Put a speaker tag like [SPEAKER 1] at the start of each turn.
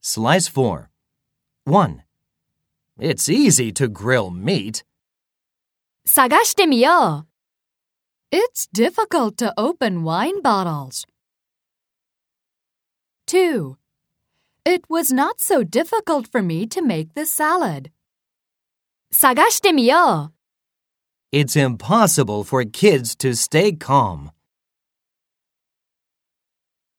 [SPEAKER 1] Slice 4. 1. It's easy to grill meat.
[SPEAKER 2] 探してみよう It's difficult to open wine bottles. 2. It was not so difficult for me to make the salad. 探してみよう。
[SPEAKER 1] It's impossible for kids to stay calm.